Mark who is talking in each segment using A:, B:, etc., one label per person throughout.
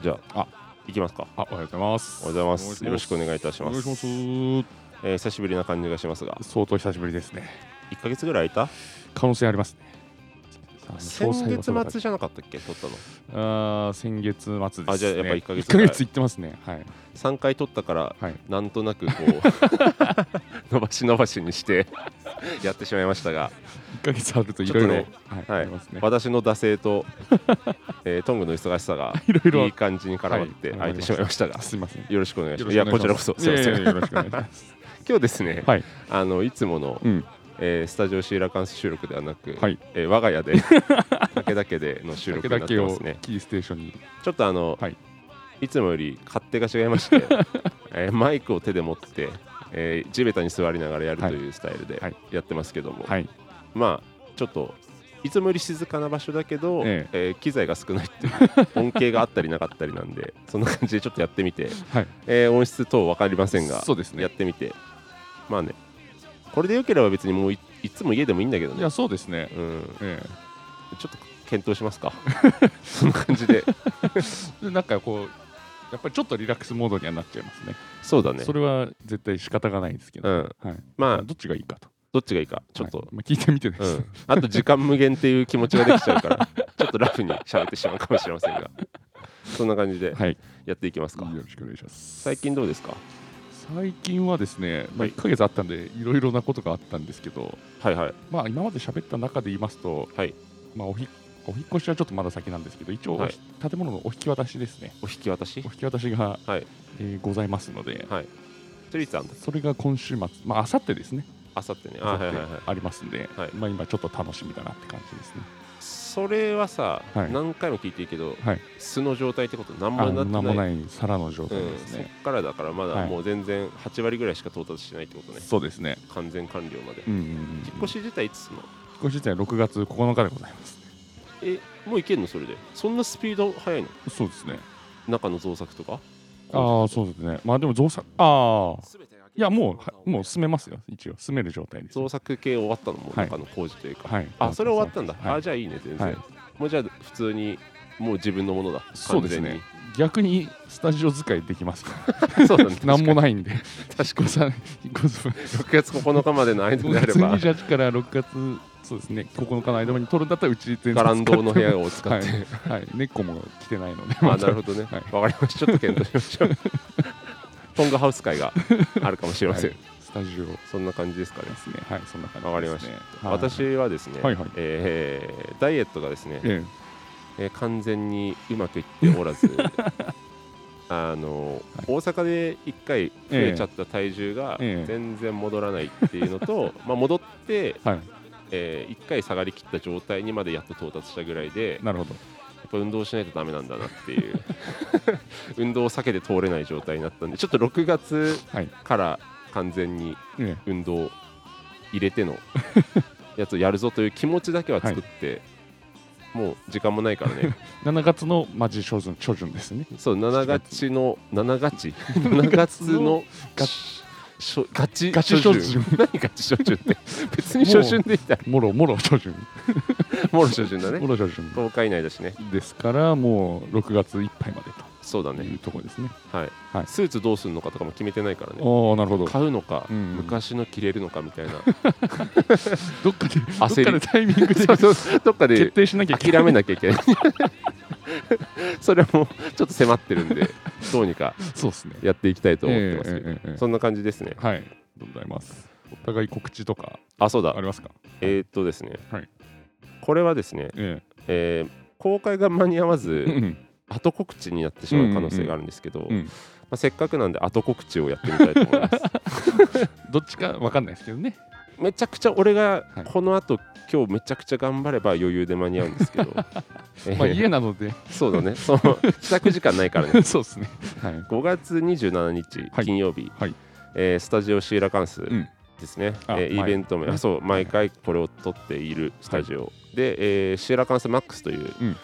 A: じゃあ行きますか
B: あ、おはようございます。
A: おはようございますよろしくお願いいたします
B: お願いし
A: えー久しぶりな感じがしますが
B: ます。相当久しぶりですね。
A: 1か月ぐらい空い
B: 可能性ありますね。あの
A: た先月末
B: 詳細は
A: じゃなかったっけ撮ったの
B: あー先月末です、ね。
A: あじゃあやっぱ一ヶ月
B: 一ヶ月行ってますね。はい。
A: 3回撮ったから
B: はい。
A: なんとなくこう 伸ばし伸ばしにしてやってしまいましたが
B: 一ヶ月あるといろいろ
A: ちょっ
B: はい
A: はい
B: ありますね。
A: 私の惰性と、えートングの忙しさ が
B: いろいろ
A: いい感じに絡まって
B: はい
A: 空いてしまいましたが、
B: あすみません。
A: よろしくお願いしますい
B: よ
A: や
B: ろしく
A: こ
B: お
A: ち
B: 願
A: らこそ
B: いします
A: すいません
B: いやいやいやよろしくお願いします。
A: 今日ですね、
B: はい。
A: あのいつもの、
B: うん。
A: えースタジオシーラカンス収録ではなく、
B: はい。
A: えー我が家で武田家での収録
B: 竹
A: にな
B: だ
A: って
B: け
A: ま
B: を
A: すね
B: キーステーションに。
A: ちょっとあの、
B: はい
A: い、つもより勝手が違いま して、えーマイクを手で持って、えー地べたに座りながらやるというスタイルで
B: はい
A: やってますけども、
B: はい。
A: まあちょっといつもより静かな場所だけど、
B: え
A: えー機材が少ないっていう恩 恵があったりなかったりなんでそんな感じでちょっとやってみて、
B: はい。
A: えー音質等分かりませんが
B: そうですね
A: やってみてまあねこれでよければ別にもういいつも家でもいいんだけど
B: い
A: ね
B: や、、そうですね。
A: うん、
B: え
A: ちょっと検討しますか そんな感じで
B: えでなんかこう。やっぱりちょっとリラックスモードにはなっちゃいますね。
A: そうだね
B: それは絶対仕方がないですけ
A: う
B: ど。
A: ん、
B: はい。
A: まあ
B: どっちがいいかと。
A: どっちがいいかちょっと、
B: はいまあ聞いてみてで
A: う
B: す。
A: ん、あと時間無限っていう気持ちができちゃうから ちょっとラフに喋ってしまうかもしれませんがそんな感じで
B: はい。
A: やっていきますか、
B: よろしくお願いします。
A: 最近どうですか
B: 最近はですね、
A: は
B: まあ、
A: い
B: 1ヶ月あったんで、いろいろなことがあったんですけど、
A: はいはい
B: まあ、今まで喋った中で言いますと、
A: はい
B: まあ、おひお引っ越しはちょっとまだ先なんですけど、一応、
A: はい
B: 建物のお引き渡しですね、
A: お引き渡し
B: お引き渡しが、
A: はい
B: えーございますので、
A: はいトリーさん
B: それが今週末、まあ明後日ですね、
A: あさってね
B: 明
A: あ
B: 後
A: はいはい
B: 日
A: はい
B: ありますんで、
A: はい
B: まあ、今、ちょっと楽しみだなって感じですね。
A: それはさ、
B: はい
A: 何回も聞いてるけど、
B: はい
A: 素の状態ってことなん
B: あ
A: もなっ
B: の
A: てな
B: な
A: んい
B: もない皿の状
A: う
B: 態
A: ん
B: です
A: そっ
B: ね。
A: からだからまだ
B: はい
A: もう全然8割ぐらいしか到達してないってことね、
B: そうですね。
A: 完全完了まで、
B: うんうんうん、
A: 引っ越し自体いつすんの
B: 引っ越し自体は6月9日でございます。
A: えもういけんのそれでそんなスピード速いの
B: そうですね。
A: 中の造作とか
B: ああ、そうですね。まあでも造作、ああ、い
A: い
B: やもうは、もう進めますよ、一応、進める状態です。
A: 造作系終わったのもう
B: はい
A: 中の工事というか、
B: はい、
A: あそれ終わったんだ、
B: はい
A: あじゃあいいね全然、
B: はい
A: もうじゃあ普通にもう自分のものだ
B: そうですね、逆にスタジオ使いできます から
A: 完全にそうだ ね
B: なんもないんで、
A: 確か
B: ご
A: に
B: さ引っ越す
A: 6月9日までの間
B: 5
A: であれ
B: 月
A: ば
B: 28から6月、そうですね、9日の間に取るんだったら、うち全然
A: ガランドの部屋
B: を
A: を使って、
B: はい、はい、根っこも来てないので、
A: あ
B: ま
A: な
B: た
A: るほどね
B: はい
A: わ、かりましたちょっと検討しましょうトングハウス会があるかもしれません、
B: はいスタジオで
A: そんな感じですかね
B: すね、はい、そんな感
A: わかり
B: じで
A: ますし
B: ね。
A: た、
B: はい、
A: 私はですね、
B: はいはい
A: えーダイエットがですね、
B: え
A: えー完全にうまくいっておらず あの、
B: はい
A: 大阪で1回増えちゃった体重が
B: ええ
A: 全然戻らないっていうの と、まあ戻って、
B: えはい、
A: え1回下がりきった状態にまでやっと到達したぐらいで
B: なるほど。
A: やっぱ運動しないとダメなんだなっていう 運動を避けて通れない状態になったんでちょっと6月
B: はい
A: から完全に
B: え
A: 運動を入れて のやつをやるぞという気持ちだけは作って、もう時間もないからね
B: え、7月のマジ初旬、初旬ですね。
A: そう7月の7月7月の
B: ガ
A: しょガチ
B: ガチ初旬
A: 何ガチ初旬 って別に初旬でいいんだ
B: もろもろ初旬、
A: もろ初旬だね
B: もろ初旬。
A: 10日以内だしね
B: ですからもう6月いっぱいまで
A: そうだ
B: とい
A: ね
B: うところですね。
A: はい、
B: はい
A: スーツどうするのかとかも決めてないからね
B: おおなるほど。
A: 買うのか、
B: うんうん
A: 昔の着れるのかみたいな
B: どっかでどっ
A: 焦り
B: かでタイミングで
A: そう そうそうどっか
B: 決
A: で
B: 定しなきゃいけない。
A: 諦めなきゃいけない それもちょっと迫ってるんでどうにか
B: そうですね。
A: やっていきたいと思ってますけど、
B: ええええええ
A: そんな感じですね
B: はい。ありがとうございます。お互い告知とか
A: あそうだ
B: ありますか。
A: えー、っとですね、
B: はい
A: これはですね、
B: え
A: えー公開が間に合わ
B: え。
A: ず
B: うん
A: 後告知になってしまう可能性があるんですけど、
B: うんうん。
A: まあ、せっかくなんで後告知をやってみたいと思い ます
B: どっちかわかんないですけどね。
A: めちゃくちゃ俺が
B: はい
A: このあと今日めちゃくちゃ頑張れば余裕で間に合うんですけど、えー
B: まあ家なので
A: そうだねその帰宅時間ないからね
B: そうですね。はい。
A: 5月27日
B: はい
A: 金曜日、
B: はい
A: えースタジオシーラカンス
B: ん
A: ですね、
B: あ
A: えーイ
B: 前
A: ベント名、
B: ね
A: あそう毎回これを撮っているスタジオ、で、えーシーラカンスマックスという、
B: うん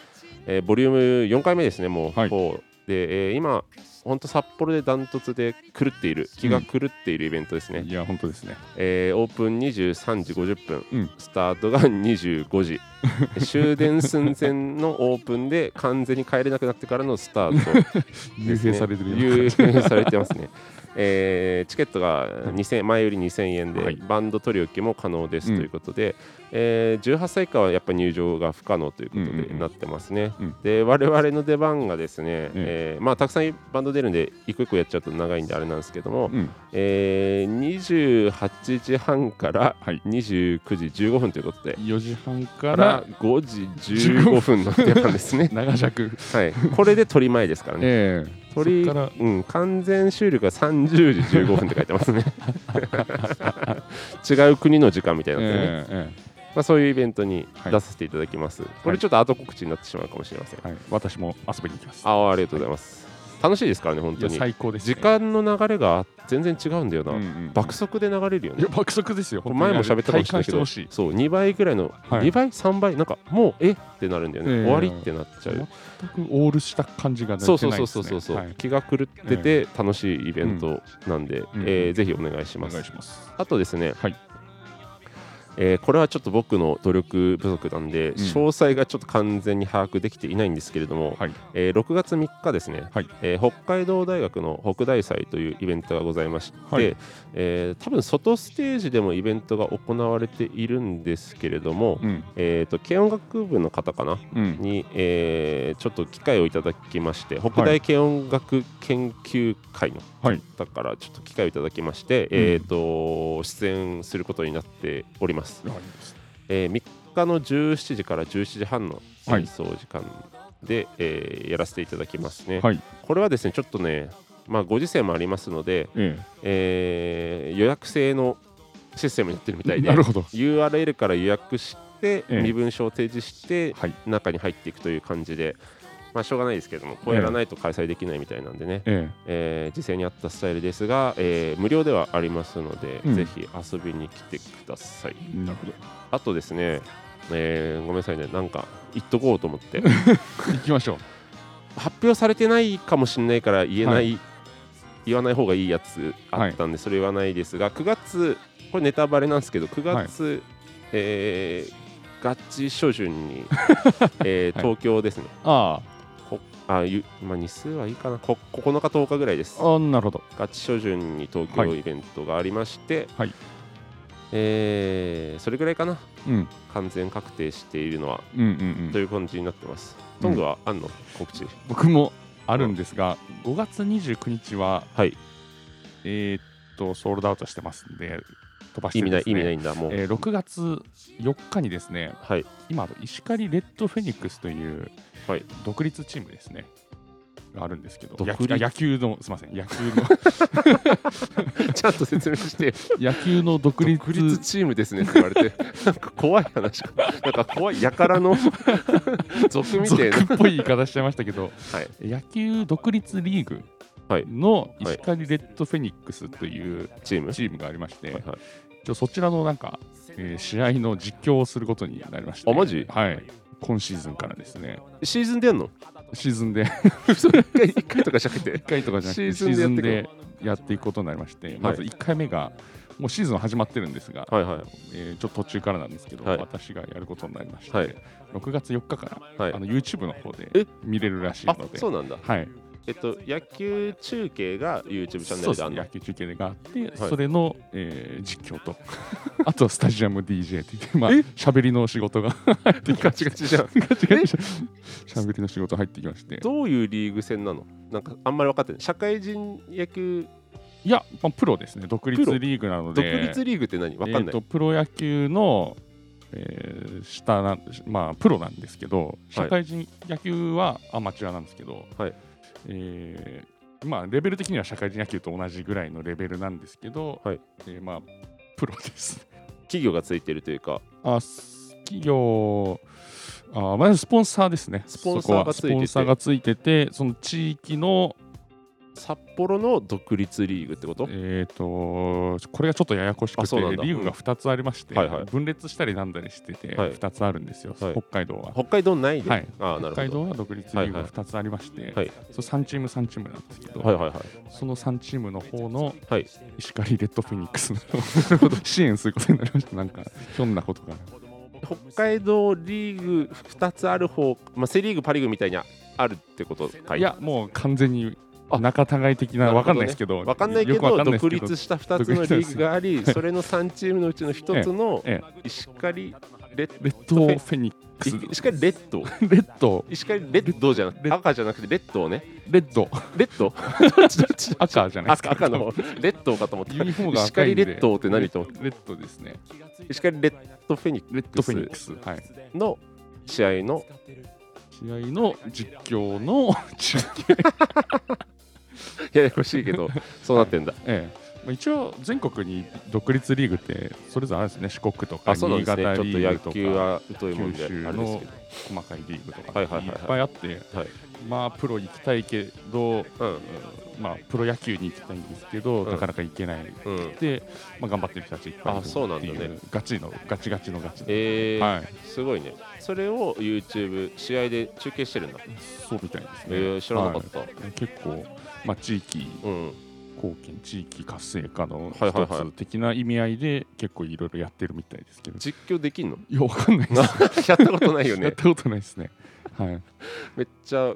A: えーボリューム4回目ですねもう、
B: はい
A: こうでえー今本当札幌でダントツで狂っている気が狂っているイベントですね、
B: いや、本当ですね。
A: えーオープン23時50分、
B: うん
A: スタートが25時 終電寸前のオープンで完全に帰れなくなってからのスタート
B: 優
A: ですね
B: 先されてるような
A: 優
B: 感じ。
A: 先されてますね、 えーチケットが2000前より2000円で、
B: はい
A: バンド取り置きも可能です
B: うん
A: ということで、えー18歳以下はやっぱ入場が不可能というこ
B: うんうん
A: と
B: う
A: で
B: ん
A: なってますね、
B: うん
A: で我々の出番がですね、えーまあたくさんバンド出るんで一個一個やっちゃうと長いんであれなんですけども、
B: うん、
A: えー28時半から
B: はい
A: 29時15分ということで、
B: 4時半か
A: から
B: ら、
A: 5時15分の出番ですね
B: 長尺。
A: はい、これで取り前ですからね
B: ええ
A: 鳥
B: そっから
A: うん、完全終了が30時15分って書いてます ね違う国の時間みたい
B: え
A: になってるね、
B: ええ
A: まあ、そういうイベントに
B: はい
A: 出させていただきます、これちょっと後告知になってしまうかもしれません、
B: えはい、私も遊びに行きます。
A: ああありがとうございます、楽しいですからね本
B: い
A: 当
B: や、
A: に
B: 最高です、ね。
A: 時間の流れが全然違うんだよな、
B: うんうん
A: 爆速で流れるよ
B: い
A: ね
B: や、爆速ですよ。
A: これ前も喋ったかもしれないけど
B: 体感してほし
A: そう2倍ぐらいの、
B: はい
A: 2倍3倍なんかもうえってなるんだよね、
B: ええ
A: 終わりってなっちゃう
B: 全くオールした感じが出て
A: そ
B: な
A: う
B: いです
A: そう
B: ね。
A: そうそうそうそう、
B: はい
A: 気が狂ってて楽しいイベントなんで、
B: うん
A: えーぜひお願いし
B: お
A: ます
B: 願いします。
A: あとですね、
B: はい
A: えーこれはちょっと僕の努力不足なんで、
B: ん
A: 詳細がちょっと完全に把握できていないんですけれども、
B: はい。
A: えー6月3日ですね、
B: はい
A: えー北海道大学の北大祭というイベントがございまして、
B: はい
A: えー多分外ステージでもイベントが行われているんですけれども、
B: うん。
A: えー、と軽音楽部の方かな
B: うん。
A: に、えーちょっと機会をいただきまして北大軽音楽研究会の
B: はい。
A: だからちょっと機会をいただきまして、えー、と出演することになっております、
B: わかります
A: えー3日の17時から17時半の
B: はい
A: 演奏時間で、えーやらせていただきますね、
B: はい。
A: これはですねちょっとねまあご時世もありますので、
B: え
A: えー予約制のシステムになってるみた
B: え。
A: いで
B: なるほど。
A: URL から予約して、
B: ええ
A: 身分証を提示して
B: はい。
A: 中に入っていくという感じで、まあ、しょうがないですけどもこうやらないと開催できないみたいなんでね、
B: え
A: えー時勢に合ったスタイルですが、えー無料ではありますので、
B: うん
A: ぜひ遊びに来てください
B: え。なるほど。
A: あとですね、えーごめんなさいねなんか言っとこうと思って
B: 行きましょう。
A: 発表されてないかもしれないから言えない、
B: は
A: 言わない方がいいやつあったんでそれ言わないですが9月これネタバレなんですけど9月、えーガチ初旬 に、えー
B: はい
A: 東京ですね
B: あ
A: こあゆ、まあ、日数はいいかなこ9日10日ぐらいです
B: あ。ああ、なるほど。
A: ガチ初旬に東京イベントがありまして、
B: はい
A: えーそれぐらいかな
B: うん。
A: 完全確定しているのは
B: うんうんうん
A: と。いう感じになってます。トングはあんの告知
B: 僕もあるんですが、5月29日は、
A: はい
B: えーっと、ソールドアウトしてますんで、飛ばして
A: 意味ない
B: ですね
A: 意味ないんだもう、
B: えー6月4日にですね、
A: はい
B: 今、石狩レッドフェニックスという
A: はい
B: 独立チームですね、があるんですけど、
A: 独
B: 野
A: 立
B: 球あ野球の、すみません、野球の
A: ちゃんと説明して
B: 野球の 独立
A: 独立チームですねって言われ てなんか怖い話かなんか怖いやからの俗みたいな
B: 俗っぽい言い方しちゃいましたけど、
A: はい
B: 野球独立リーグの石狩レッドフェニックスという
A: チーム
B: チームがありまして、
A: はいはい
B: ちょそちらのなんか、えー試合の実況をすることになりまして、
A: あマジ
B: はい、今シーズンからですね、
A: シーズン出ん の
B: シーズンで
A: 一回一回とかしゃなくて
B: 1回とかじゃなくて、
A: シ
B: シ
A: ー
B: ー
A: ズ
B: ズ
A: ン
B: ン
A: で
B: でやっていくことになりまして、まず1回目が、もうシーズン始まってるんですが、
A: はいはい
B: えーちょっと途中からなんですけど、
A: はい
B: 私がやることになりまして、
A: はい
B: 6月4日から、
A: はい
B: あの YouTube の方で
A: え
B: 見れるらしい
A: あ
B: ので。
A: そうなんだ
B: はい、
A: えっと野球中継が YouTube チャンネ
B: そ
A: ル
B: うで
A: であ
B: す
A: ん
B: ね
A: の
B: 野球中継があって、それの、えー実 況と、あとはスタジアム DJ っていう、まあ、喋りの仕事が
A: ガ チガチじゃん
B: ガチガチしゃべりの仕事入ってきまして
A: どういうリーグ戦なのなんかあんまり分かってない社会人野球
B: いや、まあ、プロですね独立
A: プロ
B: リーグなので
A: 独立リーグって何分かん
B: えー
A: ない、
B: とプロ野球の、えー下なまあプロなんですけど社会人野球はアマチュアなんですけど、
A: はい
B: えーまあレベル的には社会人野球と同じぐらいのレベルなんですけど、
A: はい
B: えーまあプロです
A: 企業がついてるというか
B: あす企業あまずスポンサーですね
A: スポンサーがついてて
B: そこはスポンサーがついててその地域の、
A: 札幌の独立リーグってこと、
B: えっ、とこれがちょっとややこしく
A: あ
B: て
A: そうなんだ
B: リーグが2つありまして、
A: はいはい
B: 分裂したりなんだりしてて
A: はい
B: 2つあるんですよ、
A: はい
B: 北海道は。
A: 北海道ないで、
B: はい
A: ああな
B: 北
A: るほど
B: 海道は独立リーグが2つありまして、
A: はい
B: その3チーム3チームなんですけど、
A: はいはいはい
B: その3チームの方の
A: はい
B: 石狩レッドフェニッ クスの 支援することになりました、なんかひょんなことが。
A: 北海道リーグ2つある方、まあ、セ・リーグパ・リーグみたいにあるってことか
B: いや、もう完全に
A: あ
B: 仲違い的な、わかんないですけど、
A: 分かんないけ
B: よくわ
A: ど
B: かんないです
A: 独
B: けど
A: 立した2つのリーグがあり
B: です
A: それの3チームのうちの1つの
B: え
A: 石狩レッ
B: レッドフェニックス、
A: ド石狩レッド
B: レッド、
A: 石狩レッドじゃなくて
B: レッ
A: 赤じゃなくてレッドをね
B: レッ ド、
A: レッドどっちどっち
B: 赤じゃないです
A: 赤
B: か。
A: 赤の方レッドかと思った
B: ユニフォームが
A: 石狩
B: ん
A: レ
B: で
A: ッドって何と思っ
B: レッドですね。
A: 石狩レッドフェニッ
B: レッドフェニックス。はい。
A: クの試合の
B: 試合の 実況の中継、
A: ややこしいけ どそうなってんだ
B: ええまあ、一応全国に独立リーグってそれぞれあるんですね四国とか
A: あそうなん
B: 新
A: です
B: 潟
A: ねちょっ
B: リ
A: と
B: ーグ
A: 野球
B: とか
A: は疎いもんであ
B: 九州の
A: れですけ
B: 細かいリーグとか
A: はいいはいはいはい
B: っぱいあって
A: どはい
B: まあプロ行きたいけ
A: う
B: ど、
A: ん
B: まあ、プロ野球に行きたいんですけど、
A: うん
B: なかなか行けない
A: うん
B: で、まあ、頑張ってる人たちいっぱいいる
A: あそうなんだね
B: っていガチのガチガチのガチの、
A: えー
B: はい
A: すごいねそれを YouTube 試合で中継してるんだ
B: そうみたいですね、
A: えー知らなかった、
B: はい結構、まあ、地域
A: うん
B: 貢献地域活性化の
A: はいはいはい
B: 一つ的な意味合いで結構いろいろやってるみたいですけど、
A: 実況でき んの
B: いやわかんないです、
A: やったことないよ
B: やっ
A: ね
B: たことないですねはい
A: めっちゃ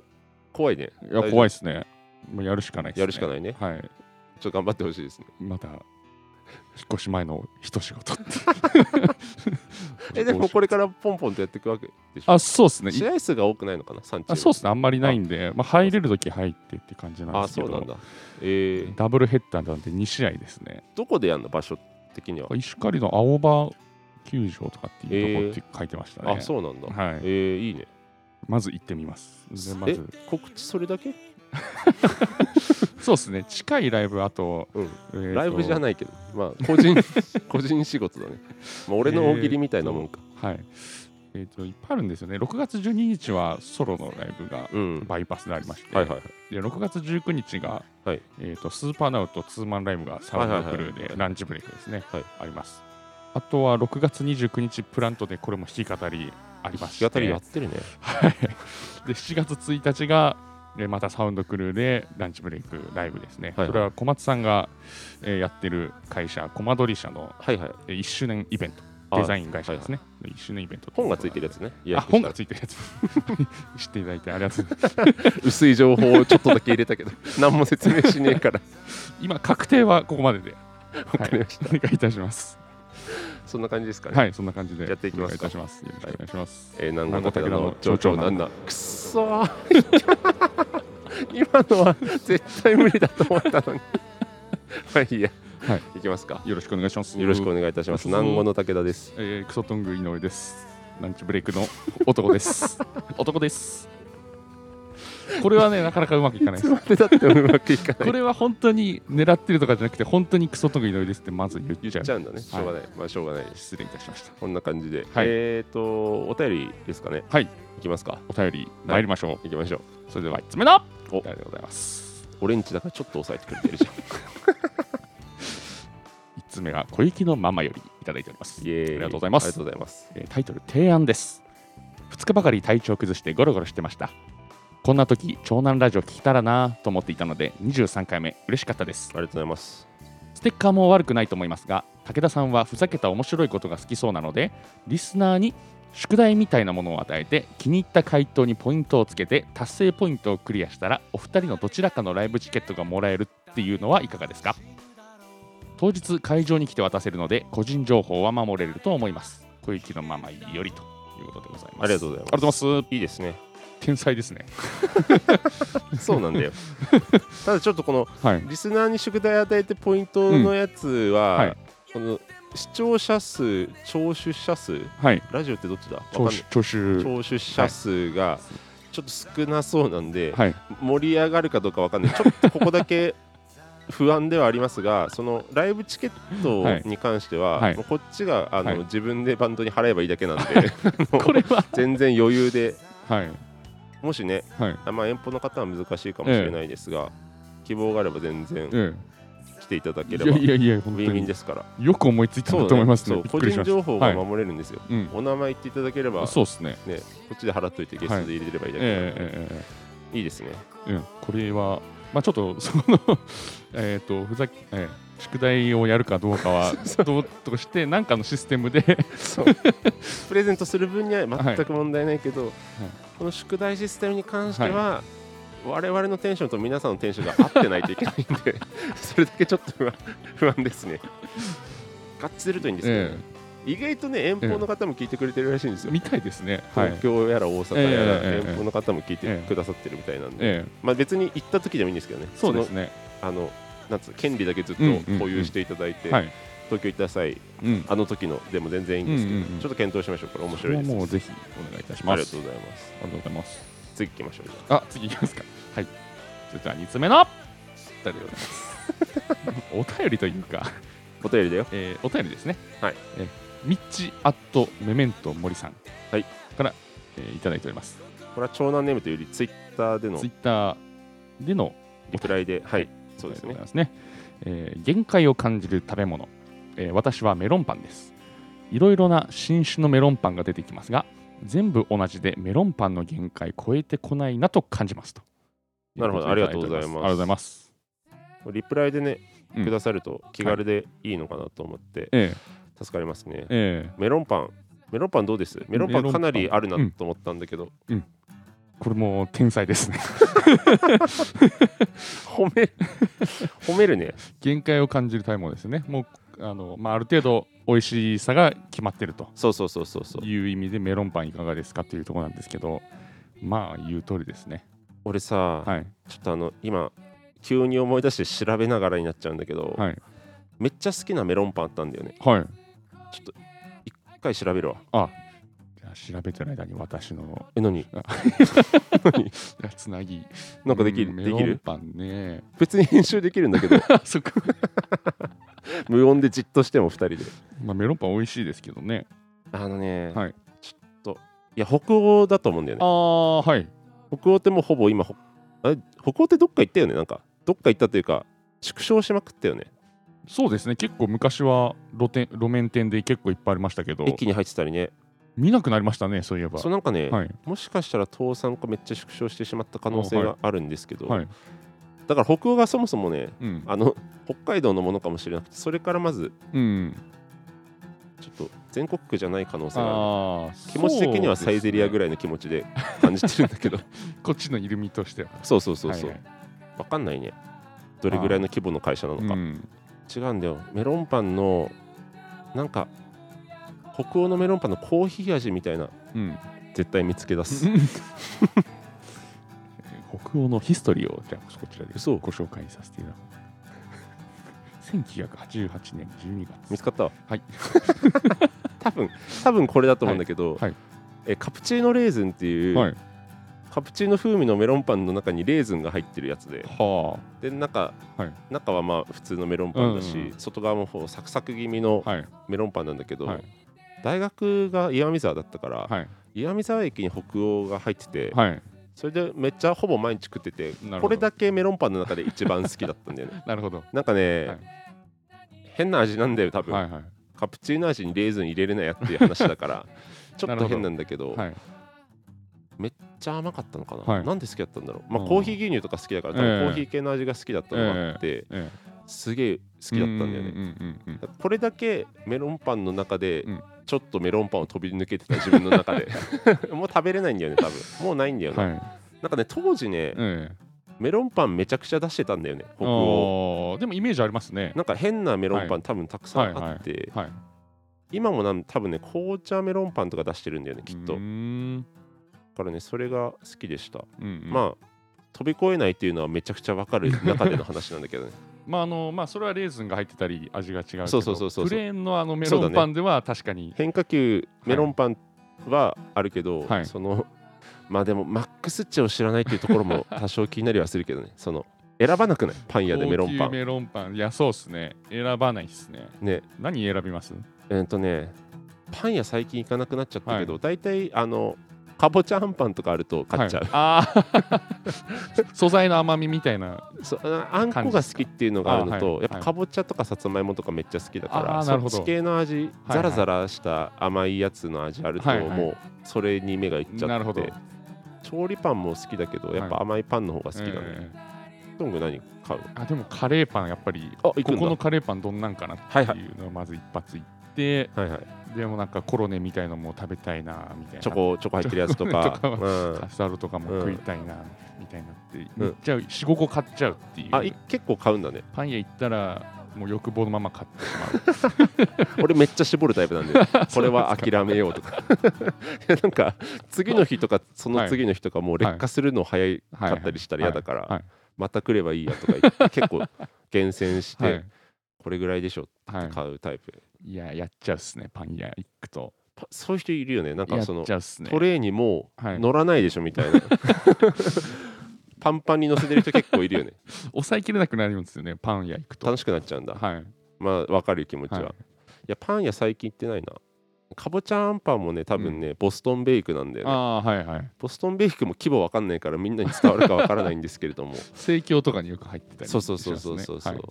A: 怖いね
B: いや
A: 大丈夫
B: 怖いですねもうやるしかないですね
A: やるしかないね
B: はい
A: ちょっと頑張ってほしいですね
B: また引っ越し前の一仕事って
A: えでもこれからポンポンとやっていくわけでしょ
B: あそうですねい
A: 試合数が多くないのかな3チーム
B: あそうですねあんまりないんでまあ、入れる時入ってって感じなん
A: あ
B: ですけ
A: そう
B: ど
A: なんだえー、
B: ダブルヘッダーなんで2試合ですね
A: どこでやるの場所的には、
B: 石狩の青葉球場とかっていうとこって書いてましたね、
A: あそうなんだ、
B: はい
A: えー、いいね
B: まず行ってみます。でまず
A: 告知それだけ、
B: そうですね、近いライブ、あと、
A: うん、ラ
B: ラ
A: イブじゃ
B: い、
A: ないけどまあ個人個人仕事だね、まあ、俺の大喜利みたいなもんか、
B: はいえー、といっぱいあるんですよね、6月12日はソロのライブが
A: うん
B: バイパスでありまして、
A: はいはいはい
B: で6月19日が、
A: はい
B: えー、とスーパーナウとツーマンライブがサウンドクル
A: はいはい
B: ー
A: は
B: で
A: い
B: ランチブレイクですね、
A: はい
B: あります。あとは6月29日、プラントでこれも弾き語りありまして、
A: 日たりやってるね
B: はいで7月1日がえーまたサウンドクルーでランチブレイクライブですね、
A: はいはい
B: それは小松さんがえーやってる会社コマドリ社の
A: はいはい
B: えー1周年イベント
A: あ
B: デザイン会社ですね、一1周年イベント
A: 本がついてるやつねい
B: あ本がついてるやつ 知っていただいてありがとうございます
A: 薄い情報をちょっとだけ入れたけど何も説明しねえから
B: 今確定はここまでで、
A: わかりました、
B: お願いいたします
A: そんな感じですかね、
B: はいそんな感じで
A: やっていきますか
B: お願いいたしますよろしくお願いします、
A: えー、南郷
B: 南
A: 武
B: 郷
A: 田
B: 武田
A: の
B: の
A: 町長
B: 町長
A: な
B: なんん
A: だくっそー 今のは絶対無理だと思ったのに まあいいや、
B: はい、
A: いきますか
B: よろしくお願いします
A: よろしくお願いいたします南郷の武田です
B: えー、クソトング井上です。ランチブレイクの男 です。男です。これはね、なかなかうまくいかないです。
A: でだってうまくいかな
B: こ
A: い
B: れは本当に狙ってるとかじゃなくて、本当にクソトング井上ですってま ず言っ
A: 言っ
B: ちゃう。
A: ちゃうんだねしょうがない、まあしょうがないです
B: 失礼いたしました。
A: こんな感じで、
B: はい
A: えっ、ー、とお便りですかね
B: はい
A: いきますか
B: お便り参りましょう。
A: いきましょう
B: それでは、いつ目の
A: お
B: お便りでございます。
A: オレンジだからちょっと抑えてくれてるじゃ
B: 一つ目が小雪のママよりいただいております。
A: んイエーイ
B: ありがとうございます
A: ありがとうございます
B: えータイトル提案です2日ばかり体調を崩してゴロゴロしてましたこんな時長男ラジオ聞いたらなぁと思っていたので23回目嬉しかったです
A: ありがとうございます
B: ステッカーも悪くないと思いますが武田さんはふざけた面白いことが好きそうなのでリスナーに宿題みたいなものを与えて気に入った回答にポイントをつけて達成ポイントをクリアしたらお二人のどちらかのライブチケットがもらえるっていうのはいかがですか当日会場に来て渡せるので個人情報は守れると思います小雪のママよりということでございます
A: ありがとうございます
B: ありがとうございま
A: いいですね
B: す天才ですね
A: そうなんだ よただちょっとこの
B: はい
A: リスナーに宿題与えてポイントのやつは、
B: うんはい
A: この視聴者数、聴取者数、
B: はい
A: ラジオってどっちだわかん
B: 聴
A: ない
B: 取聴取
A: 聴取者数がちょっと少なそうなんで、
B: はい
A: 盛り上がるかどうかわかんない、ちょっとここだけ不安ではありますが、そのライブチケットに関しては、
B: はい
A: もうこっちがあの、
B: はい
A: 自分でバンドに払えばいいだけなんで、
B: これは
A: 全然余裕で、
B: はい
A: もしね、
B: はい
A: あまあ、遠方の方は難しいかもしれないですが、希望があれば全然
B: え
A: 来ていただ
B: え
A: け
B: い
A: れ
B: や
A: ば
B: いやいや
A: ウ
B: 本当
A: ィンウィン
B: に
A: ですから
B: よく思いついたなと思いますね
A: そう
B: びっ
A: 個
B: くりし
A: 人
B: ました
A: 情報が守れるんですよ、
B: うん
A: お名前言っていただければ、
B: そうですね
A: ね、こっちで払っといてゲストで入れればいいだけなの
B: え
A: で、
B: えええええ
A: いいですね
B: うん、これは、まあ、ちょっとその えーとふざけ、えー宿題をやるかどう かはどうとして何かのシステムで
A: そうプレゼントする分には全く問題ないけど、この宿題システムに関しては、我々のテンションと皆さんのテンションが合ってないといけないん でそれだけちょっと不安不安ですね合致するといいんですけどね、
B: え
A: 意外とね遠方の方も聞いてくれてるらしいんです
B: え
A: よ、
B: みたいですね。はい
A: 東京やら大阪やら
B: ええええええ
A: 遠方の方も聞いて
B: ええ
A: くださってるみたいなんで、
B: え
A: まあ、別に行った時でもいいんですけどね
B: え、そうですね。
A: そのあのなんつうの権利だけずっと
B: うんうんうん
A: 保有していただいて、
B: はい、
A: 東京行った際
B: うん、
A: あの時のでも全然いいんですけど、
B: うんうんうん
A: ちょっと検討しましょうこれ面
B: そ
A: 白い
B: れは
A: です
B: もうぜひお願いいたし
A: あ
B: ま
A: りが
B: す。
A: とうございます
B: ありがとうございます。
A: 次行きましょうじゃあ
B: あ、次いきますか。はい、それでは二つ目の。お便りでございます。お便りというか、
A: お便りだよ
B: えーお便りですね。
A: はい。
B: えー、ミッチアットメメント森さん。
A: はい。
B: から、えーいただいております。
A: これは長男ネームというよりツイッターでの
B: ツイッターでの
A: リプライではいそうです
B: あり
A: ね
B: がとうございますね、えー限界を感じる食べ物、えー私はメロンパンですいろいろな新種のメロンパンが出てきますが全部同じでメロンパンの限界超えてこないなと感じますと
A: なるほど
B: い
A: あり
B: うことで
A: がとうございます
B: ありがとうございます
A: リプライでね
B: うん
A: くださると気軽でいいのかなと思って
B: え
A: 助かりますね
B: ええ
A: メロンパンメロンパンどうですメロンパ
B: メロ
A: ンか
B: ンパン
A: なりあるな
B: うん
A: と思ったんだけど
B: えこれもう天才ですね
A: 褒め褒めるね
B: 限界を感じる食べ物ですねもうあの、まあ、ある程度美味しさが決まってると
A: そうそうそうそうそう
B: いう意味でメロンパンいかがですかというところなんですけどまあ言う通りですね
A: 俺さ
B: はい
A: ちょっとあの今急に思い出して調べながらになっちゃうんだけど
B: はい
A: めっちゃ好きなメロンパンあったんだよね
B: はい
A: ちょっと一回調べるわ
B: じゃあ調べてる間に私の
A: え何
B: つなぎ
A: なんかでき
B: う
A: る
B: メ
A: で
B: ロ
A: き
B: ン
A: る
B: パン ね
A: 別に編集できるんだ けど
B: あそっか、
A: 無音でじっとしても2人で
B: まあ、メロンパン美味しいですけどね
A: あのね、
B: はい
A: ちょっと、いや、北欧だと思うんだよね。
B: ああはい
A: 北欧ってもうほぼ今、ほあれ北欧ってどっか行ったよね、なんか。どっか行ったというか、縮小しまくったよね。
B: そうですね結構昔は露店路面店で結構いっぱいありましたけど
A: 駅に入ってたりね。
B: 見なくなりましたねそういえば
A: そうなんかね、
B: はい
A: もしかしたら倒産かめっちゃ縮小してしまった可能性
B: おは
A: があるんですけど、
B: はい
A: だから北欧がそもそもね、
B: うん
A: あの北海道のものかもしれなくて、それからまず、
B: うん
A: ちょっと全国区じゃない可能性がある。
B: ああ
A: 気持ち的にはサイゼリアぐ
B: ら
A: ら
B: い
A: いの気持ちで感じ てるんだけど、
B: こっちのイルミとしては
A: そうそうそうそう、
B: はい
A: わかんないね。どれぐらいの規模の会社なの
B: はい
A: か
B: う。ん
A: 違うんだよメロンパンのなんか北欧のメロンパンのコーヒー味みたいな
B: うん
A: 絶対見つけ出す
B: うん北欧のヒストリーをじゃあこちらで
A: 嘘
B: ご紹介させていただこう 1988年12
A: 見
B: 月
A: つかったわ
B: はい
A: 多分多分これだと思うんだけど、
B: はいはい
A: えカプチーノレーズンっていう、
B: はい
A: カプチーノ風味のメロンパンの中にレーズンが入ってるやつで
B: は
A: で中,、
B: はい
A: 中はまあ普通のメロンパンだし、
B: うんうん
A: 外側もこうサクサク気味の
B: あはい
A: メロンパンなんだけど、
B: はい
A: 大学が岩見沢だったから、
B: はい
A: 岩見沢駅に北欧が入ってて、
B: はい
A: それでめっちゃほぼ毎日食ってて
B: なるほど
A: これだけメロンパンの中で一番好きだったんだよね
B: なるほど
A: なんかね、
B: はい
A: 変な味なんだよ多分、
B: はいは
A: カプチーノ味にレーズン入れるなやっていう話だから ちょ
B: な
A: っ
B: る
A: と
B: ほど
A: 変なんだけど
B: いはい
A: めっちゃ甘かったのかな、
B: はい
A: なんで好きだったんだろう、まあ、
B: うん
A: コーヒー牛乳とか好きだから多分
B: ええ
A: コーヒー系の味が好きだったのがあって、
B: ええ
A: すげえ好きだったんだよね
B: うんうんうんうん
A: これだけメロンパンの中で
B: うん
A: ちょっとメロンパンを飛び抜けてた自分の中 でもう食べれないんだよね多分もうないんだよね、
B: はい
A: なんかね当時ね
B: ええ
A: メロンパンめちゃくちゃ出してたんだよね北欧
B: ああでもイメージありますね
A: なんか変なメロンパン、
B: は
A: 多分たくさ
B: はい
A: んあ
B: は
A: って、
B: いはい
A: 今もなん多分ね紅茶メロンパンとか出してるんだよねきっと、
B: うーん
A: だからねそれが好きでした、
B: うんまあ
A: まあ飛び越えないっていうのはめちゃくちゃ分かる中での話なんだけどね
B: まああのまあそれはレーズンが入ってたり味が違うけど
A: そうそうそうそう
B: プレーンのあのメ
A: そ
B: ロ
A: う
B: ン
A: だ
B: パンでは確かに
A: 変化球メロンパンはあるけど、
B: はい
A: そのまあでもマックス値を知らないっていうところ も多少気になりはするけどねその選ばなくないパン屋でメロンパ
B: 高級
A: ン
B: メロンパンいやそうっすね選ばないっすね
A: ね
B: 何選びます
A: えっ、とねパン屋最近行かなくなっちゃったけど、大体あのかぼちゃあんパンとかあると買っちゃう、
B: はいあー 素材の甘みみたいな
A: そうああんこが好きっていうのがあるの
B: あ
A: と、
B: はい
A: やっぱかぼちゃとかさつまいもとかめっちゃ好きだか
B: あ
A: ら
B: ーなるほ
A: そ
B: ど
A: っち系の味
B: はい
A: ザラザラした甘いやつの味あると、
B: はいはい
A: もうそれに目がいっち
B: な
A: ゃ
B: る
A: っ
B: ほど
A: て調理パンも好きだけどやっぱ甘いパンの方が好きだね、
B: えー
A: トング何買うの
B: あでもカレーパンやっぱり
A: あ行くんだ
B: ここのカレーパンどんなんかな
A: はい
B: っていうのをまず一発行って
A: はいはい
B: でもなんかコロネみたいのも食べたいなみたいな
A: チョコチョコ入ってるやつとか
B: チョコ
A: うん
B: カスタードとかも
A: うん
B: 食いたいなみたいになって
A: うん
B: めっちゃ45個買っちゃうっていう
A: あい結構買うんだね
B: パン屋行ったらもう欲望のまま買って しまう
A: 俺めっちゃ絞るタイプ なんでこれは諦めようとか いやなんか次の日とかその次の日とかもう劣化するの早い
B: はい
A: かったりしたら嫌だから、
B: はいはい
A: また来ればいいやとか言って 結構厳選して、
B: はい
A: これぐらいでしょっ
B: は
A: て買うタイプ、
B: いいややっちゃうっすねパン屋行くと
A: パそういう人いるよねなん
B: や
A: かそ
B: っ
A: の
B: ちゃうっすね
A: トレーにもう
B: はい
A: 乗らないでしょみたいな、パンパンに乗せてる人結構い るよね
B: 抑えきれなくなるんですよねパン屋行くと
A: 楽しくなっちゃうんだ、
B: はい
A: まあ分かる気持ちは、
B: はい
A: い、やパン屋最近行ってないなかぼちゃあんパンもね多分ね、ボストンベイクなんだよね
B: ああーはいはい
A: ボストンベイクも規模わかんないからみんなに伝わるかわからないんですけれども
B: 盛況とかによく入ってたり
A: そうそうそうそうそうそう、
B: はい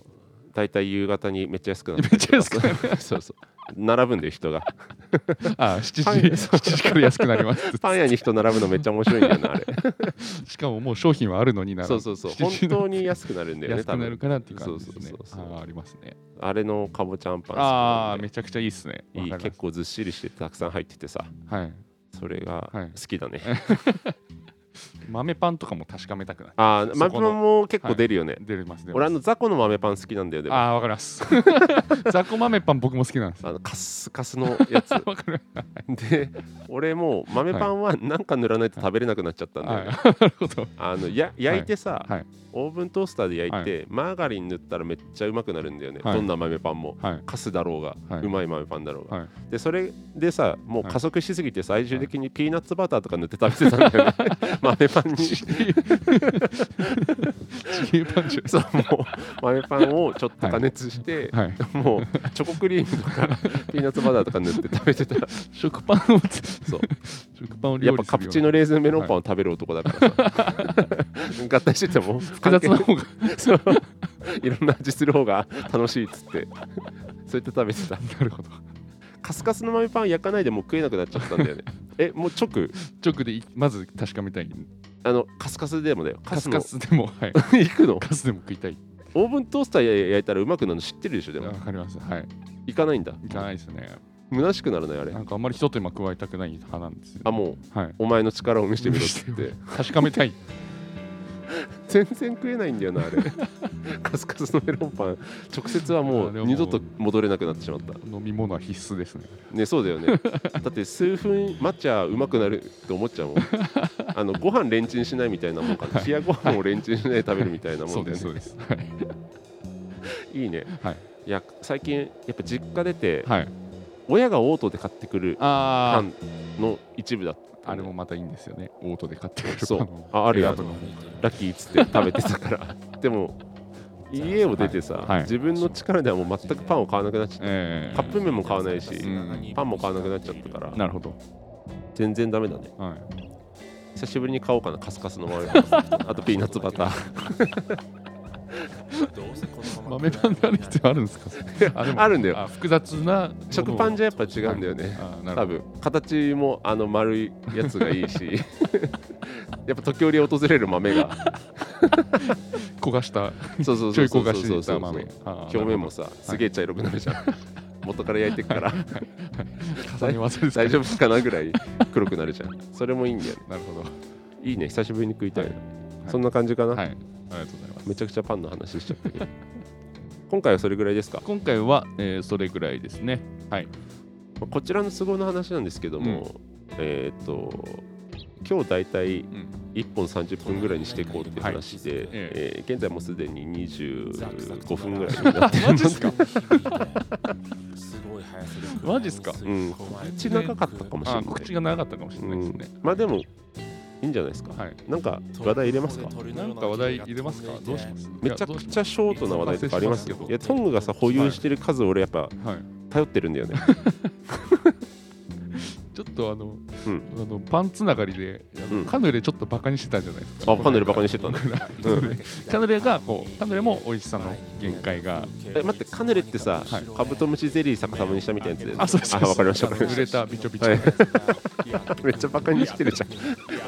A: 大体夕方にめっちゃ安くなって
B: めっちゃ安くな
A: そうそう並ぶんで人が
B: ああ7時
A: パン屋
B: 7時から安くなります
A: パン屋に人並ぶのめっちゃ面白いんだよなあれ
B: しかももう商品はあるのになら
A: そうそうそう
B: 7時
A: 本
B: の
A: 当に安くなるんだよね
B: 安
A: 多
B: くなる
A: 分
B: からっていう感じですね
A: そうそうそうそう
B: あーありますね
A: あれのかぼちゃあんパン好
B: ああ
A: きなん
B: め
A: で
B: ちゃくちゃいいっすね
A: いい
B: わかり
A: 結構ずっしりしてたくさん入っててさ
B: ますはい
A: それが
B: はい
A: 好きだ ね、
B: 豆パンとかも確かめたくなる
A: ああ
B: そ
A: 豆
B: こ
A: パ
B: の
A: ンも結構出るよね、
B: 出ますね
A: 俺あの雑魚の豆パン好きなんだよでもあ
B: ああーわかります 雑魚豆パン僕も好きなんです
A: のカッスカスのや つ
B: わかる
A: で俺もう豆パンはなんか塗らないと食べれなくなっちゃったんだよね、
B: はいなるほど
A: あのや焼いてさ、
B: はい
A: オーブントースターで焼いて、マーガリン塗ったらめっちゃうまくなるんだよね、
B: はい
A: どんな豆パンも。
B: はい
A: カスだろうが、
B: はいう
A: まい豆パンだろうが、
B: はい
A: でそれでさもう
B: はい
A: 加速しすぎて最終的にピーナッツバターとか塗って食べてたんだよね、 豆パンに
B: ちげえちげえパンチ
A: そうもう豆パンをちょっと加熱して、
B: はい
A: もうチョコクリームとかピーナッツバターとか塗って食べてたら
B: 食パンをつ
A: そう
B: 食パンを
A: や
B: 料
A: っ
B: 理
A: ぱカ
B: するような
A: プチーノレーズンメロンパンを食べる男だからさ、 合体してても
B: 複雑な方が
A: そういろんな味する方が楽しいっつって そうやって食べてた
B: なるほど
A: カスカスの豆パン焼かないでもう食えなくなっちゃったんだよ ねえもう直
B: 直でいまず確かめたい
A: あのカスカスでもだよ
B: カ
A: カ
B: ス
A: ス
B: カ
A: の
B: スでも はい
A: 行くの
B: カスでも食いたい
A: オーブントースターで焼いたらうまくなるの知ってるでしょで
B: わ
A: も
B: かりますはい
A: 行かないんだ
B: いかないですね
A: 虚しくならないあれ
B: なんかあんまり一手間加えたくない派なんですよ
A: あもう
B: はい
A: お前の力を見せてみろっつって
B: 確かめたい
A: 全然食えないんだよなあ れカスカスのメロンパン直接はも
B: あれは
A: う
B: もう
A: 二度と戻れなくなってしまった
B: 飲み物は必須ですね
A: ねそうだよねだって数分待っちゃうまくなるって思っちゃうもんあのご飯レンチンしないみたいなもんかな冷やご飯をレンチンしないで食べるみたいなも
B: そ
A: ん
B: う
A: で、ね
B: です、そうです はい
A: いいね、
B: はい
A: や最近やっぱ実家出て、
B: はい
A: 親がオートで買ってくるパ
B: あ
A: ンの一部だった
B: ああれ
A: ね、
B: もまたいいんですよねオートで買ってくる
A: そう
B: パンを
A: ああるよ
B: 選ぶのも
A: ラッキーっつって食べてたから でも家を出てさ、
B: はい
A: 自分の力ではもう全くパンを買わなくなっちゃった、
B: ええ
A: カップ麺も買わないし、
B: うん
A: パンも買わなくなっちゃったから
B: なるほど
A: 全然ダメだね
B: はい
A: 久しぶりに買おうかなカスカスの豆 パンあとピーナッツバター
B: 豆パンである必要あるんですか あでも
A: あるんだよ
B: あ複雑な
A: 食パンじ
B: ゃ
A: ゃやっぱ違うんだよね
B: あなる
A: 多
B: ほど
A: 分形もあの丸いやつがいいし やっぱ時折訪れる豆が
B: 焦がした
A: そうそう
B: ち
A: そ
B: ょいう
A: そ
B: 焦
A: う
B: が
A: そうそ
B: し
A: うそ
B: た
A: う
B: 豆表
A: 表面もさすげえ茶色くなるじゃん、元から焼いてくから
B: 重 ね技ですか
A: 大丈夫かなぐらい黒くなるじゃんそれもいいんだよね
B: なるほどはい
A: いね久しぶりに食いたいな、
B: い
A: そんな感じかな、
B: いありがとうございます
A: めちゃくちゃパンの話しちゃったけど今回はそれぐらいですか
B: 今回は、えーそれぐらいですねはい
A: まあこちらの都合の話なんですけども、えーっ、と今日大体
B: ん
A: 1本30分ぐらいにしていこうっていう話で、
B: え
A: えー現在もうすでに25分ぐらいになってる
B: マジっすかマ
C: マ
B: ジ
C: ジ
B: っす
C: っす
B: か
C: か
A: うん口長かったかもしれな
B: あ
A: い
B: 告知が長かったかもしれないですね、
A: うんまあでもいいんじゃないですか、
B: はい
A: なんか話題入れますか
B: なんか話題入れますかどうします
A: めちゃくちゃ
B: い
A: ショートな話題とかありますけど
B: い
A: いやトングがさ保有してる数俺やっぱ
B: やどうしますはい
A: 頼ってるんだよね、
B: ちょっとあの
A: うん
B: あのパンツながりであの
A: うん
B: カヌレちょっとバカにしてたんじゃないですか、
A: あカヌレバカにしてたんだ
B: 僕ら
A: う
B: カヌレがこうカヌレも美味しさの限界が
A: え待ってカヌレってさ、
B: はい
A: カブトムシゼリー逆さまにしたみたいなやつで
B: あそうです
A: わかりましたわかりま
B: 濡
A: し
B: れたびちょびち
A: た
B: ょ、、
A: はいいめっちゃバカにしてるじゃん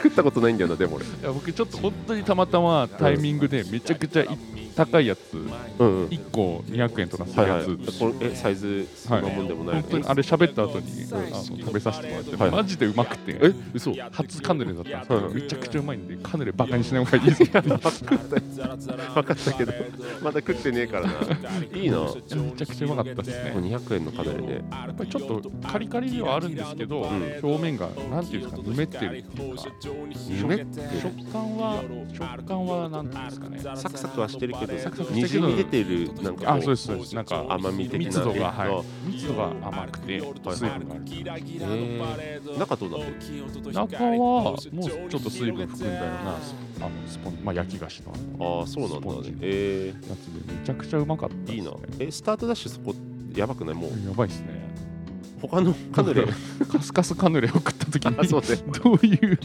A: 食ったことないんだよなでも俺
B: や僕ちょっと本当にたまたまタイミングでめちゃくちゃい高いやつ
A: うん、うん、
B: 1個200円とかす
A: は
B: る
A: いは
B: や
A: い
B: つ、
A: これえサイズそんなもんでもない
B: 本
A: の
B: 当
A: に、
B: にあれ喋った後に、あの食べさせてもらって、
A: はい
B: マジでうまくて
A: え嘘
B: 初カヌレだったんですけど、
A: はい
B: めちゃくちゃうまいんでカヌレバカにしない方がいいですってめ
A: 分かったけど まだ食ってねえからないいなも
B: ちゃくちゃうまかったです
A: う
B: ね
A: 200円のカヌレで
B: やっぱりちょっとカリカリではあるんですけ
A: ん
B: ど、表面がなんていうんですかぬめってるっていうか
A: ぬめって
B: 食感は食感はなんていうんですかね
A: サクサクはしてるけど
B: サクサクして
A: に
B: るけ
A: じ
B: ど
A: み出てるなんかこ
B: あそうですそうですなんか
A: 甘み的な
B: 密度が、は
A: あ
B: い、密度が甘くて水分がある
A: えー、中どうなってる
B: 中はもうちょっと水分含んだようなスあのスポンまあ焼き菓子の
A: ああそうなん
B: スポン
A: だ
B: ジ
A: ねえ
B: やつでめちゃくちゃうまかったで
A: ー、
B: すね
A: いいなえスタートダッシュそこやばくないもう
B: やばいですね
A: 他のカ ヌレ
B: カスカスカヌレを食った時
A: あそう
B: に
A: ね
B: どういう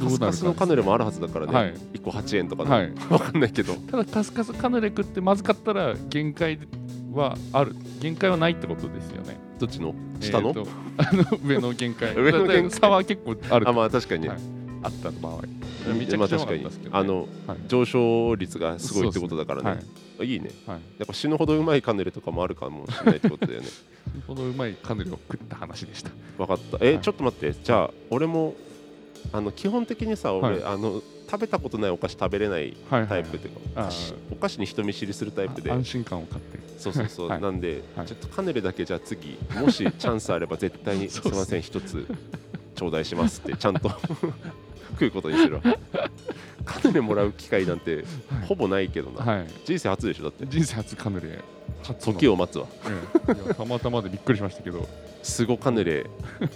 B: ど
A: カス
B: うな
A: カ
B: る
A: スのカ
B: か
A: ヌレもあるはずだからね、
B: はい
A: 1個8円とかね、
B: はい
A: 分かんないけど
B: ただカスカスカヌレ食ってまずかったら限界はある限界はないってことですよね
A: どっちの下の、
B: えーとあの上の限 界
A: 上の限界
B: だって差は結構ある
A: あまあ確かに、
B: はいあった場合めちゃ
A: まあ
B: くちゃ
A: 確
B: うま
A: か
B: かった
A: に
B: ですけどね、
A: あの
B: はい
A: 上昇率がすごいってことだからねい、いね
B: はいはい
A: やっぱ死ぬほどうまいカヌレとかもあるかもしれないってこと だよね
B: このうまいカヌレを食った話でした
A: 分かったえ、
B: はい
A: ちょっと待ってじゃあ俺もあの基本的にさ俺、
B: はい
A: あの食べたことないお菓子食べれない
B: はい
A: タイプっていうか、
B: あー
A: お菓子に人見知りするタイプで
B: あ安心感を買って
A: そうそうそう、
B: はい
A: なんで、
B: はい
A: ちょっとカヌレだけじゃあ次もしチャンスあれば絶対にす い
B: そうっすね
A: ません一つ頂戴しますってちゃんと 食うことにす るわカヌレもらう機会なんてほぼないけどな、
B: はい
A: 人生初でしょだって
B: 人生初カヌレ初の
A: 時を待つわ
B: うんいやたまたまでびっくりしました けど
A: スゴカヌレ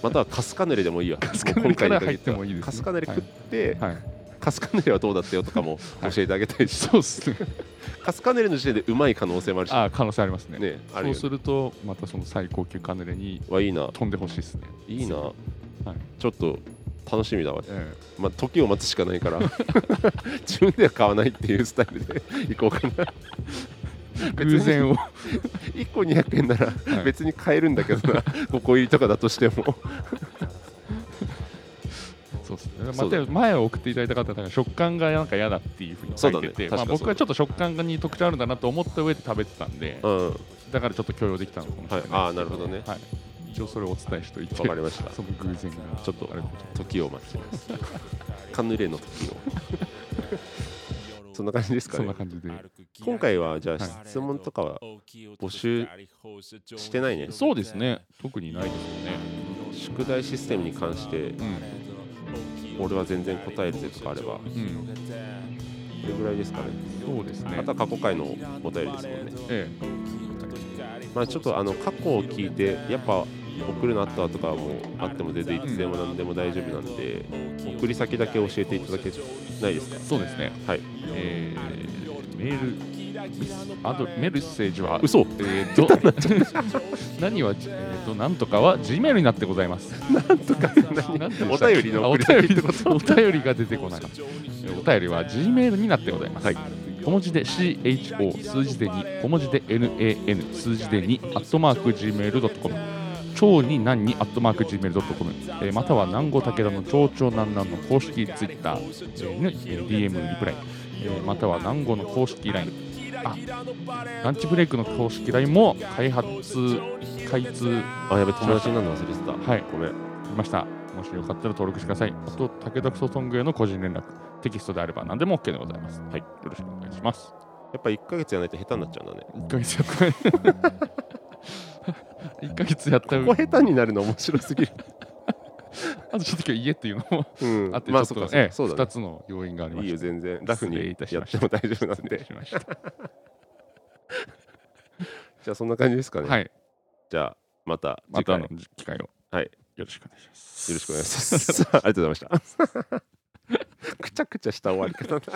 A: またはカスカヌレでもいいわカ
B: スカヌレから入ってもいいですね
A: カスカヌレ食って、
B: はい
A: カスカヌレはどうだったよとかも
B: はい
A: 教えてあげたいし、
B: そうっすね
A: カスカヌレの時点でうまい可能性もあるし
B: あー可能性ありますね
A: ねある
B: そ
A: よ
B: う
A: ね
B: するとまたその最高級カヌレに
A: はいいな
B: 飛んでほしいですね
A: いいな、
B: は
A: ちょっと楽しみだわ
B: え
A: まあ、時を待つしかないから 自分では買わないっていうスタイルで 行こうかな
B: え偶然を
A: 1個200円なら
B: い
A: 別に買えるんだけ どな、5個入りとかだとしても
B: そうです ね
A: そうだね
B: また前を送っていただいた方なんか食感がなんか嫌だっていうふうに書い
A: そ
B: てて、
A: うだね確かに
B: まあ、僕はちょっと食感に特徴あるんだなと思った上で食べてたんで
A: うんわ
B: だからちょっと許容できたのかもしれないですけ
A: はいあーなるほどね
B: はい、一応それをお伝えしておいて
A: かりました
B: その偶然が
A: ちょっと
B: あれ
A: 時を待ちますカヌレの時をそんな感じですか
B: そん
A: ね
B: な感じで
A: 今回はじゃあ
B: はい
A: 質問とかは
C: 募
A: 募集してないね
B: そうですね特にないですよね
A: 宿題システムに関して
B: うん
A: 俺は全然答えるぜとかあればこ
B: うん
A: れぐらいですかね
B: そうですね
A: また過去回のお便りですもんね
B: え
A: まあちょっとあの過去を聞いてやっぱ送るのあったわとかはもうあっても全然いつでも何でも大丈夫なんで、送り先だけ教えていただけないですか
B: えそうですね
A: はい
B: えーメールミスあとメールメッセージは
A: 嘘
B: えー、と 何は、えー、となんとかは G メールになってございます。なんとか
A: お便りの送り先ってこと
B: とお便りが出てこなかった。えーお便りは G メールになってございます。
A: はい
B: 小文字で CHO 数字で2小文字で NAN 数字で2アットマーク Gmail.com 超に何にアットマーク Gmail.com、えーまたは南郷武田の町長南南の公式ツイッター、えー、DM リプライ、えーまたは南郷の公式 LINE あランチブレイクの公式 LINE も開発開通
A: あやべ友達になるの忘れてた
B: はい
A: ごめん
B: しましたもしよかったら登録してくださいあと武田クソソングへの個人連絡テキストであれば何でも OK でございますはいよろしくお願いします
A: やっぱ1ヶ月やらないと下手になっちゃうんだね
B: 1ヶ月や った1ヶ月やった
A: ここ下手になるの面白すぎ る
B: あとちょっと今日家っていうのも
A: うん
B: あってち
A: ま
B: ょ
A: あ
B: っ
A: そ
B: と、
A: うか
B: ええ
A: そう
B: 2
A: だね
B: つの要因がありま
A: いい
B: し
A: よ
B: た
A: 全然ラフ
B: 失礼
A: に
B: いたし
A: や
B: ま
A: っ
B: してた
A: も大丈夫なん
B: 失礼
A: で
B: しました
A: じゃあそんな感じですかね、
B: はい
A: じゃあまた
B: ま
A: 次
B: たあ
A: 回よ
B: の機会を
A: はい
B: よろしくお願いしま す
A: ろしくお願いしますありがとうございましたくちゃくちゃした終わり方だ